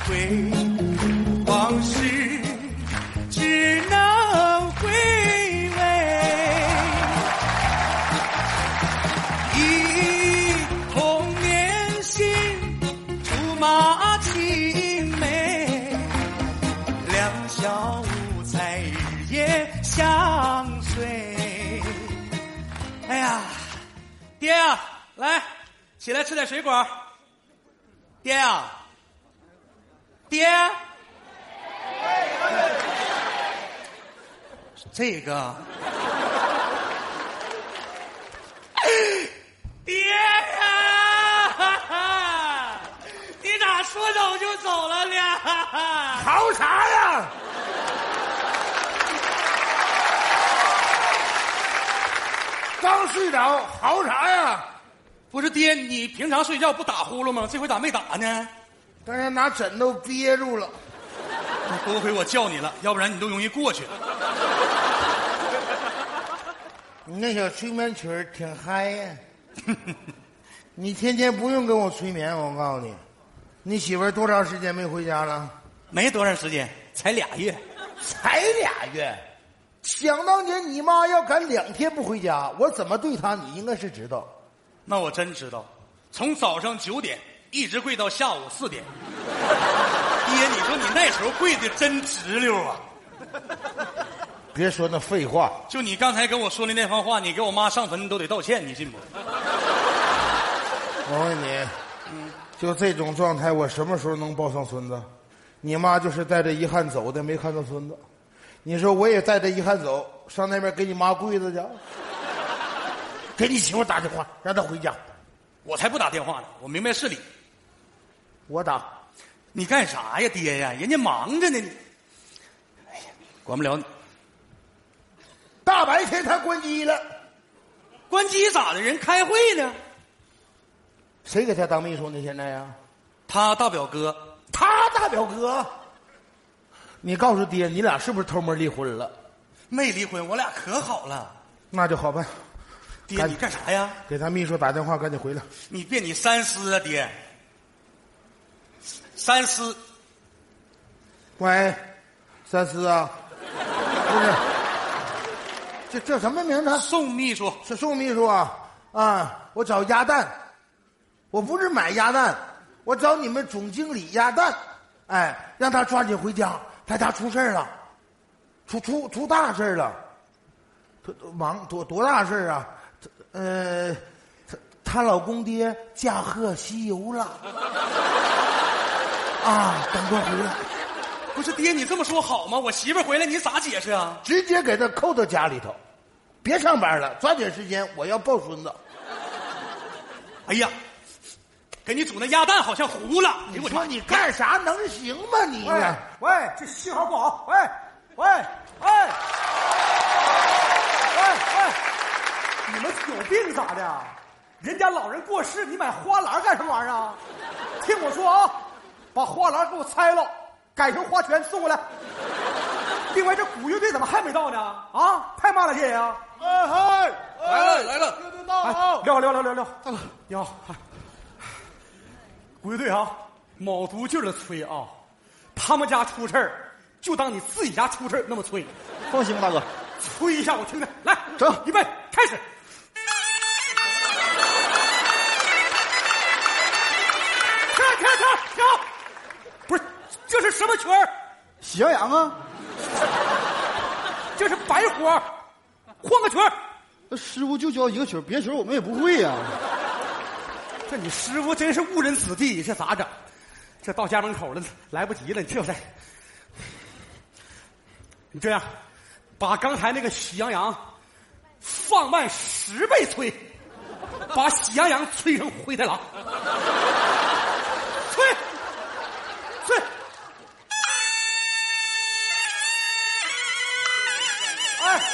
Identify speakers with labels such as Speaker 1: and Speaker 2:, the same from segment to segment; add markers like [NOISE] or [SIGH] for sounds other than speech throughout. Speaker 1: 回，往事只能回味。忆童年心，竹马青梅，两小无猜，日夜相随。哎呀，爹呀、来，起来吃点水果儿。爹呀、爹，这个， [LAUGHS] 爹呀，你咋说走就走了呢？
Speaker 2: 嚎啥呀？刚睡着，嚎啥呀？
Speaker 1: 不是爹，你平常睡觉不打呼噜吗？这回咋没打呢？
Speaker 2: 刚才拿枕头憋住了。
Speaker 1: 多亏我叫你了，要不然你都容易过去。
Speaker 2: 你那小催眠曲儿挺嗨 [LAUGHS] 呀、你天天不用跟我催眠，我告诉你，你媳妇儿多长时间没回家了？
Speaker 1: 没多长时间，才俩月。
Speaker 2: 才俩月。想当年你妈要敢两天不回家，我怎么对她，你应该是知道。
Speaker 1: 那我真知道，从早上九点一直跪到下午四点。爹，你说你那时候跪的真直溜啊！
Speaker 2: 别说那废话，
Speaker 1: 就你刚才跟我说的那番话，你给我妈上坟都得道歉，你信不？
Speaker 2: 我问你，就这种状态，我什么时候能抱上孙子？你妈就是带着遗憾走的，没看到孙子。你说我也带着遗憾走，上那边给你妈跪着去，给你媳妇打电话，让她回家。
Speaker 1: 我才不打电话呢，我明白事理。
Speaker 2: 我打，
Speaker 1: 你干啥呀，爹呀？人家忙着呢，你。哎呀，哎管不了你。
Speaker 2: 大白天她关机了，
Speaker 1: 关机咋的？人开会呢。
Speaker 2: 谁给她当秘书呢？现在呀，
Speaker 1: 他大表哥，
Speaker 2: 她大表哥。你告诉爹，你俩是不是偷摸离婚了？
Speaker 1: 没离婚，我俩可好了。
Speaker 2: 那就好办，
Speaker 1: 爹，
Speaker 2: 干
Speaker 1: 你干啥呀？
Speaker 2: 给她秘书打电话，赶紧回来。
Speaker 1: 你别你三思啊，爹。三思，
Speaker 2: 喂，三思啊，不是，这这什么名字？
Speaker 1: 宋秘书，
Speaker 2: 是宋秘书啊啊！我找鸭蛋，我不是买鸭蛋，我找你们总经理鸭蛋，哎，让他抓紧回家，他家出事儿了，出出出大事儿了，他忙多多大事儿啊？他呃，她她老公爹驾鹤西游了， [LAUGHS] 啊，赶快回来，
Speaker 1: 不是爹，你这么说好吗？我媳妇儿回来你咋解释啊？
Speaker 2: 直接给他扣到家里头，别上班了，抓紧时间，我要抱孙子。
Speaker 1: 哎呀，给你煮那鸭蛋好像糊了，哎
Speaker 2: 你
Speaker 1: 呦我的
Speaker 2: 说
Speaker 1: 妈！
Speaker 2: 你干啥能行吗你？
Speaker 3: 喂喂，这信号不好，喂喂喂喂喂，你们有病咋的？人家老人过世，你买花篮干什么玩意儿啊？听我说啊，把花篮给我拆了，改成花圈送过来。另外，这鼓乐队怎么还没到呢？啊，太慢了，这也啊！
Speaker 2: 哎嗨，
Speaker 1: 来了来了，
Speaker 2: 哦
Speaker 3: 哎，撂撂撂撂撂，你好，哎鼓乐队啊，卯足劲儿的吹啊，他们家出事儿，就当你自己家出事儿那么吹，
Speaker 4: 放心吧，大哥，
Speaker 3: 吹一下我听听，来，
Speaker 4: 整
Speaker 3: 预备，开始。停停停停！不是，这是什么曲儿？
Speaker 4: 喜羊羊啊，
Speaker 3: 这是白活儿，换个曲儿。
Speaker 4: 那师傅就教一个曲儿，别曲儿我们也不会呀、
Speaker 3: 这你师傅真是误人子弟，这咋整？这到家门口了，来不及了，你这来。你这样，把刚才那个喜羊羊放慢十倍催，把喜羊羊催成灰太狼，催，催。哎，是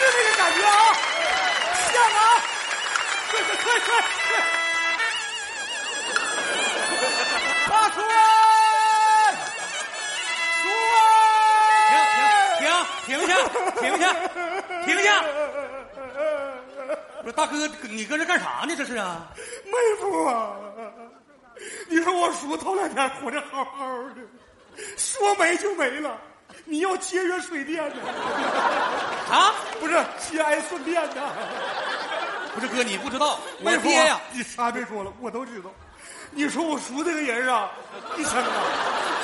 Speaker 3: 那个感觉啊！像啊！ [LAUGHS] 快快快快快！大叔啊！叔啊！
Speaker 1: 停停停停下停下停下！不是大哥，你搁这干啥呢？这是啊？
Speaker 2: 妹夫啊，
Speaker 1: 叔头两天活着好好的，说没就没了。你要节约水电呢？啊，不是节哀顺变呢？不是哥，你不知道，我
Speaker 3: 别说啊
Speaker 1: 爹哎呀、
Speaker 3: 你啥别说了，我都知道。你说我叔这个人啊，一生啊，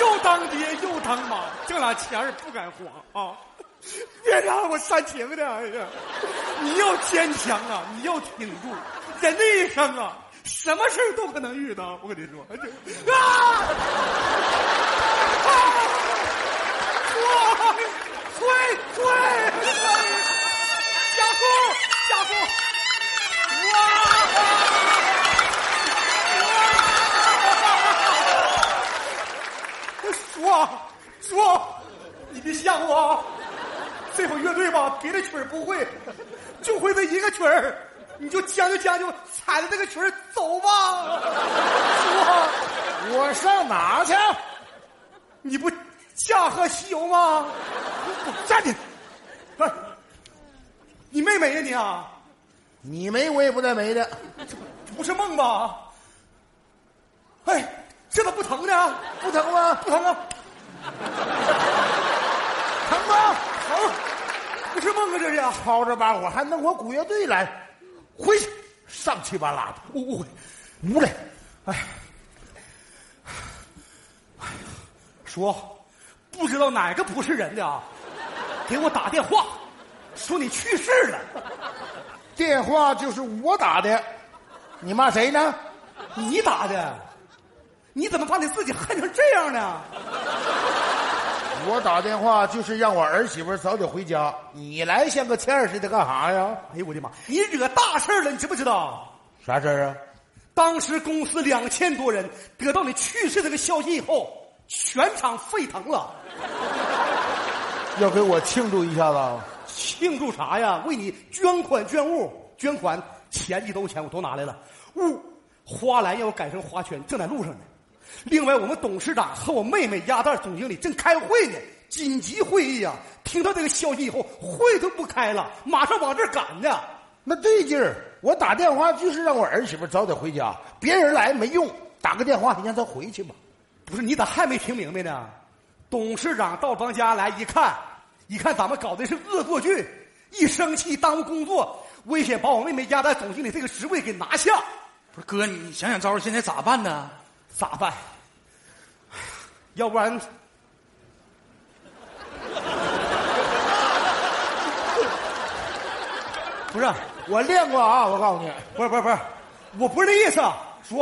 Speaker 3: 又当爹又当妈，这俩钱儿不敢花啊。别让我煽情的，哎呀，你要坚强啊，你要挺住。人的一生啊，什么事儿都可能遇到。我跟你说，这啊，啊，催催催，加速加速，哇！叔啊，叔，你别吓我啊！这会乐队吧，别的曲儿不会，就会这一个曲儿，你就将就将就，踩着这个曲儿走吧。叔啊，
Speaker 2: 我上哪儿去？
Speaker 3: 你不驾鹤西游吗？站你！不是，你没没呀你啊？
Speaker 2: 你没我也不带没的，
Speaker 3: 这不是梦吧？哎，这咋不疼呢？
Speaker 2: 不疼吗？
Speaker 3: 不疼啊！
Speaker 2: 疼吗？
Speaker 3: 疼，不是梦啊这是啊！
Speaker 2: 吵着把火还弄我鼓乐队来，回去上气巴拉的，
Speaker 3: 我我
Speaker 2: 无赖。
Speaker 3: 叔，不知道哪个不是人的啊，给我打电话，说你去世了，
Speaker 2: 电话就是我打的，你骂谁呢？
Speaker 3: 你打的，你怎么把你自己恨成这样呢？
Speaker 2: 我打电话就是让我儿媳妇早点回家，你来像个欠儿似的干啥呀？
Speaker 3: 哎呦我的妈！你惹大事儿了，你知不知道？
Speaker 2: 啥事儿啊？
Speaker 3: 当时公司两千多人得到你去世这个消息以后，全场沸腾了，
Speaker 2: 要给我庆祝一下子？
Speaker 3: 庆祝啥呀？为你捐款捐物，捐款钱一兜钱我都拿来了，物花篮让我改成花圈，正在路上呢。另外，我们董事长和我妹妹鸭蛋总经理正开会呢，紧急会议啊！听到这个消息以后，会都不开了，马上往这儿赶呢。
Speaker 2: 那对劲儿，我打电话就是让我儿媳妇早点回家，别人来没用，打个电话你让她回去吧。
Speaker 3: 不是你咋还没听明白呢？董事长到咱家来一看，一看咱们搞的是恶作剧，一生气耽误工作，危险把我妹妹压在总经理这个职位给拿下，
Speaker 1: 不是哥，你想想招儿，现在咋办呢？
Speaker 3: 咋办？哎呀要不然，不是，
Speaker 2: 我练过啊，我告诉你，
Speaker 3: 不是，不是，不是，我不是这意思，啊叔，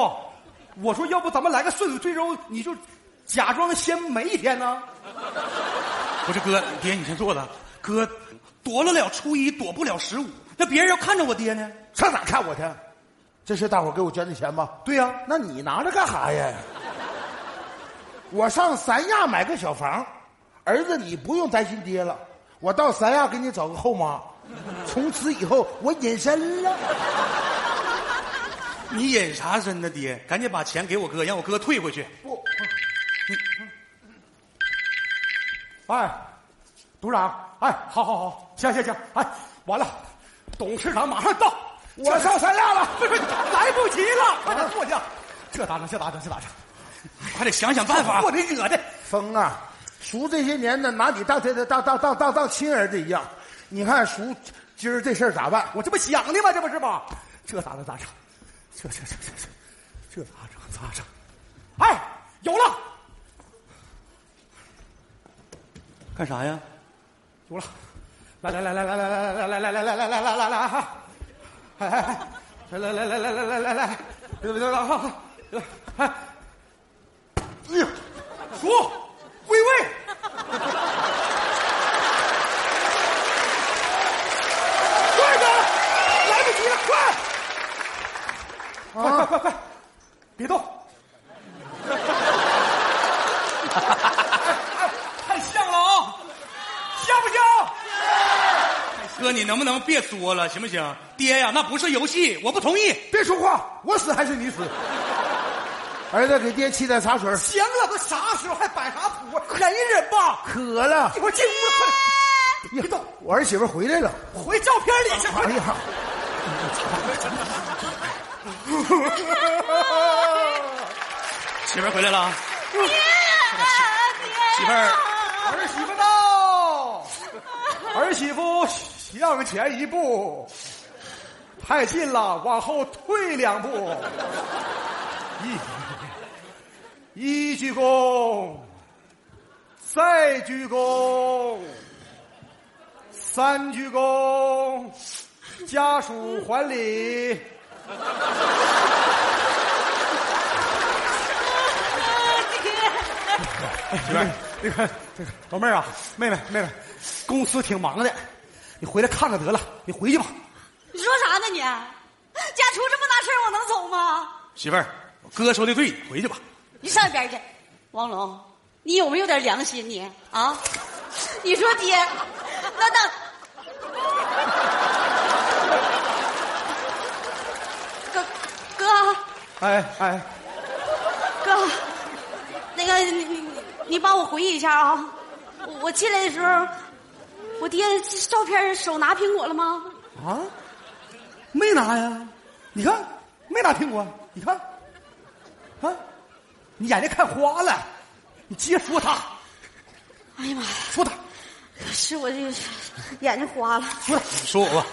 Speaker 3: 我说要不咱们来个顺水推舟，你就假装先没一天呢？
Speaker 1: 不是哥，爹你先坐着。哥，躲得了初一，躲不了十五。那别人要看着我爹呢？
Speaker 2: 上哪看我去？这是大伙儿给我捐的钱吧？
Speaker 3: 对呀、
Speaker 2: 那你拿着干啥呀？ [LAUGHS] 我上三亚买个小房，儿子你不用担心爹了，我到三亚给你找个后妈，从此以后我隐身了。
Speaker 1: 你隐啥身呢，爹？赶紧把钱给我哥，让我哥退回去。
Speaker 3: 哎，董事长，哎，好好好，行行行，哎，完了，董事长马上到，
Speaker 2: 我上三亚了，
Speaker 3: 不是来不及了，快点坐下，这咋整？这咋整？这咋整？
Speaker 1: 还得想想办法
Speaker 3: 我。这惹的，
Speaker 2: 风啊，叔这些年呢，拿你当当当当当当当亲儿子一样。你看叔今儿这事儿咋办？
Speaker 3: 我这不想的吗？这不是吗？这咋整？咋整？这这这这这这咋整？咋整？哎，有了，
Speaker 1: 干啥呀？
Speaker 3: 有了，来来来来来来来来来来来来来来来来，哎哎哎，来来来来来来来来，别别别，哎。
Speaker 2: 哎呦，
Speaker 3: 叔，归位。快点，来不及了，快！快快快快，别动！太像了啊，像不像？
Speaker 1: 哥，你能不能别作了，行不行？爹呀，那不是游戏，我不同意。
Speaker 2: 别说话，我死还是你死？儿子给爹沏点茶水儿，
Speaker 3: 行了，都啥时候还摆啥谱啊？忍一忍吧，
Speaker 2: 渴了哎
Speaker 3: 一。会儿进屋了，快点！别动，
Speaker 2: 我儿媳妇回来了。
Speaker 3: 回照片里去，快
Speaker 2: 哎
Speaker 3: 点！
Speaker 2: 呀，
Speaker 1: 行媳妇儿回来了啊，嗯
Speaker 5: 媳
Speaker 1: 媳妇儿，
Speaker 3: 儿媳妇到，儿媳妇向前一步，太近了，往后退两步，一一鞠躬，再鞠躬，三鞠躬，家属还礼。媳妇儿，那个这个老妹儿啊，妹妹妹妹，公司挺忙的，你回来看看得了，你回去吧。
Speaker 5: [LAUGHS] 你说啥呢你？家出这么大事儿我能走吗？
Speaker 1: 媳妇儿，哥说的对，回去吧。
Speaker 5: 你上一边去，王龙，你有没有点良心你啊？ [LAUGHS] 你说爹，那那，哥哥
Speaker 3: 哎哎，
Speaker 5: 哥，那个你你你帮我回忆一下啊，我我进来的时候，我爹照片手拿苹果了吗？
Speaker 3: 啊，没拿呀？你看，没拿苹果，你看，啊，你眼睛看花了，你接着说他，
Speaker 5: 哎呀妈呀！
Speaker 3: 说他，
Speaker 5: 是我这个眼睛花了。
Speaker 3: 说他，
Speaker 1: 你说我吧，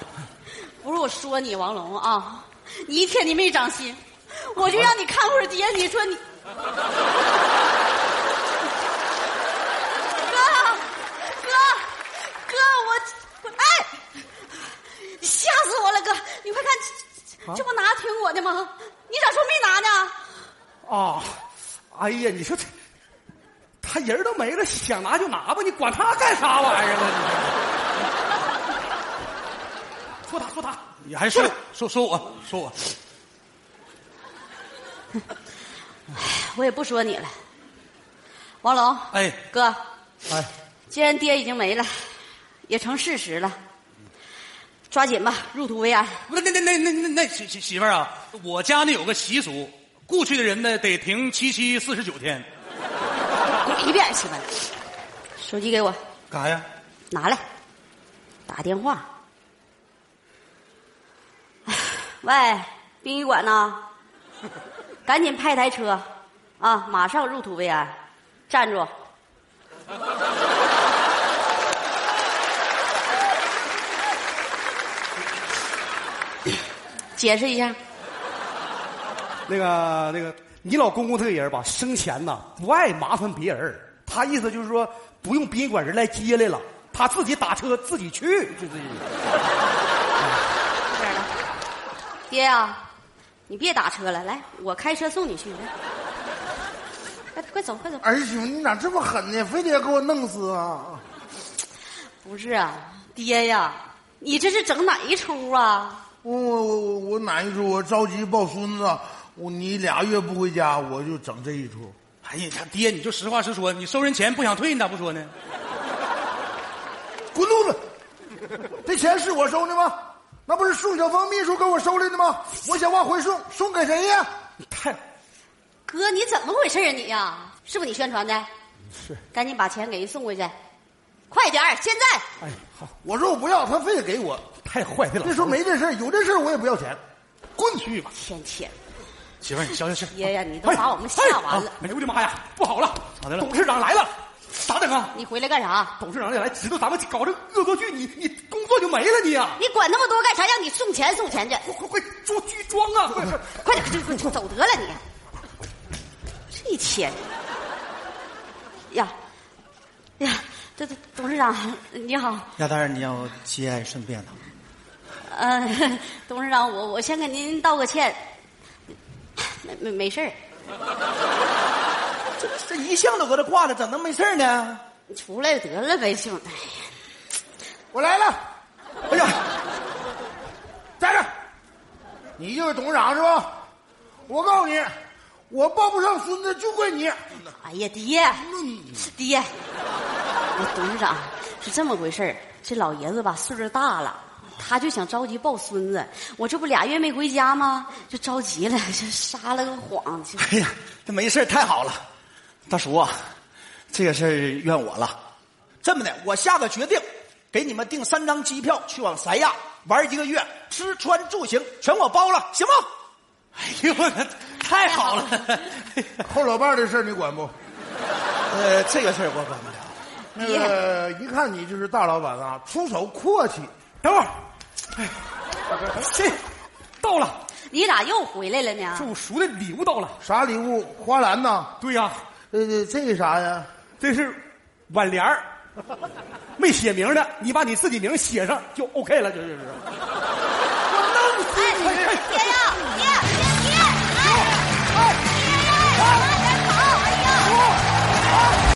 Speaker 5: 不是我说你王龙啊，你一天你没长心，我就让你看会儿爹，你说你。哥，哥，哥，我，哎，吓死我了，哥，你快看，这这这不拿苹果呢吗？你咋说没拿呢？
Speaker 3: 啊，哎呀，你说这，他人都没了，想拿就拿吧，你管他干啥玩意儿啊？
Speaker 5: [LAUGHS]
Speaker 3: 你说他，说他。
Speaker 1: 你还说说说我说我，
Speaker 5: 我也不说你了，王龙，
Speaker 1: 哎
Speaker 5: 哥，
Speaker 3: 哎，
Speaker 5: 既然爹已经没了，也成事实了，抓紧吧，入土为安。
Speaker 1: 不是那那那那那那媳媳媳妇儿啊，我家呢有个习俗，故去的人呢得停七七四十九天，
Speaker 5: 滚一边去吧！手机给我，
Speaker 1: 干啥呀？
Speaker 5: 拿来，打电话。喂，殡仪馆呢？赶紧派台车，啊，马上入土为安，站住！解释一下，
Speaker 3: 那个那个，你老公公这个人吧，生前呐不爱麻烦别人，他意思就是说不用殡仪馆人来接来了，他自己打车自己去，就这意思。
Speaker 5: 爹呀、你别打车了，来，我开车送你去，来，快快走，快走。
Speaker 2: 儿媳哎妇，你咋这么狠呢？非得要给我弄死啊？
Speaker 5: 不是啊，爹呀，你这是整哪一出啊？
Speaker 2: 我我我我哪一出？我着急抱孙子，我你俩月不回家，我就整这一出。
Speaker 1: 哎呀，他爹，你就实话实说，你收人钱不想退，你咋不说呢？
Speaker 2: 滚犊子！这钱是我收的吗？那不是宋小芳秘书给我收来的吗？我想往回送，送给谁呀？
Speaker 3: 太
Speaker 5: 哥，你怎么回事啊你呀、是不是你宣传的？
Speaker 3: 是，
Speaker 5: 赶紧把钱给人送回去，快点儿，现在！
Speaker 3: 哎呀，好，
Speaker 2: 我说我不要，他非得给我。
Speaker 3: 太坏的了。
Speaker 2: 那时候没这事儿有这事儿我也不要钱。
Speaker 3: 滚去吧！
Speaker 5: 天天，
Speaker 1: 媳妇儿，你消消气儿。
Speaker 5: 爹呀，你都把我们吓完了，
Speaker 3: 啊哎呦我的妈呀，不好了，
Speaker 1: 咋的了
Speaker 3: 董事长来了，咋整啊？
Speaker 5: 你回来干啥？
Speaker 3: 董事长要来知道咱们搞这恶作剧，你你工作就没了你啊！
Speaker 5: 你管那么多干啥？让你送钱送钱去，
Speaker 3: 快快快，装去装啊！快快！
Speaker 5: 快点，快点，快点走得了你！这一天，呀，哎呀，这这董事长你好，
Speaker 4: 亚丹，你要接顺便的。
Speaker 5: 呃，董事长，我我先给您道个歉，没没没事儿，
Speaker 4: 这一向都搁这挂着，怎能没事儿呢？
Speaker 5: 你出来得了呗，兄弟。
Speaker 2: 我来了，
Speaker 3: 哎呀，
Speaker 2: 站着。你就是董事长是吧？我告诉你，我抱不上孙子就怪你。
Speaker 5: 哎呀，爹，爹，我董事长是这么回事儿，这老爷子吧岁数大了。他就想着急抱孙子，我这不俩月没回家吗？就着急了，就撒了个谎，就
Speaker 3: [LAUGHS]
Speaker 4: 哎呀，这没事儿太好了，大叔啊，这个事儿怨我了。这么的，我下个决定，给你们订三张机票去往三亚玩一个月，吃穿住行全我包了，行吗？
Speaker 1: 哎呦我的，
Speaker 4: 太好
Speaker 5: 太
Speaker 4: 了。
Speaker 2: 后老伴儿的事儿你管不？
Speaker 4: [LAUGHS] 呃，这个事儿我管不了。
Speaker 2: 那个呃一看你就是大老板啊，出手阔气。
Speaker 3: 等会儿，哎，这到了，
Speaker 5: 你咋又回来了
Speaker 3: 这
Speaker 5: 呢？
Speaker 3: 我赎的礼物到了。
Speaker 2: 啥礼物？花篮呐？
Speaker 3: 对呀、
Speaker 2: 呃，这个啥呀？
Speaker 3: 这是挽联儿，没写名的，你把你自己名写上就 OK 了，这就是。
Speaker 5: 哎，别呀，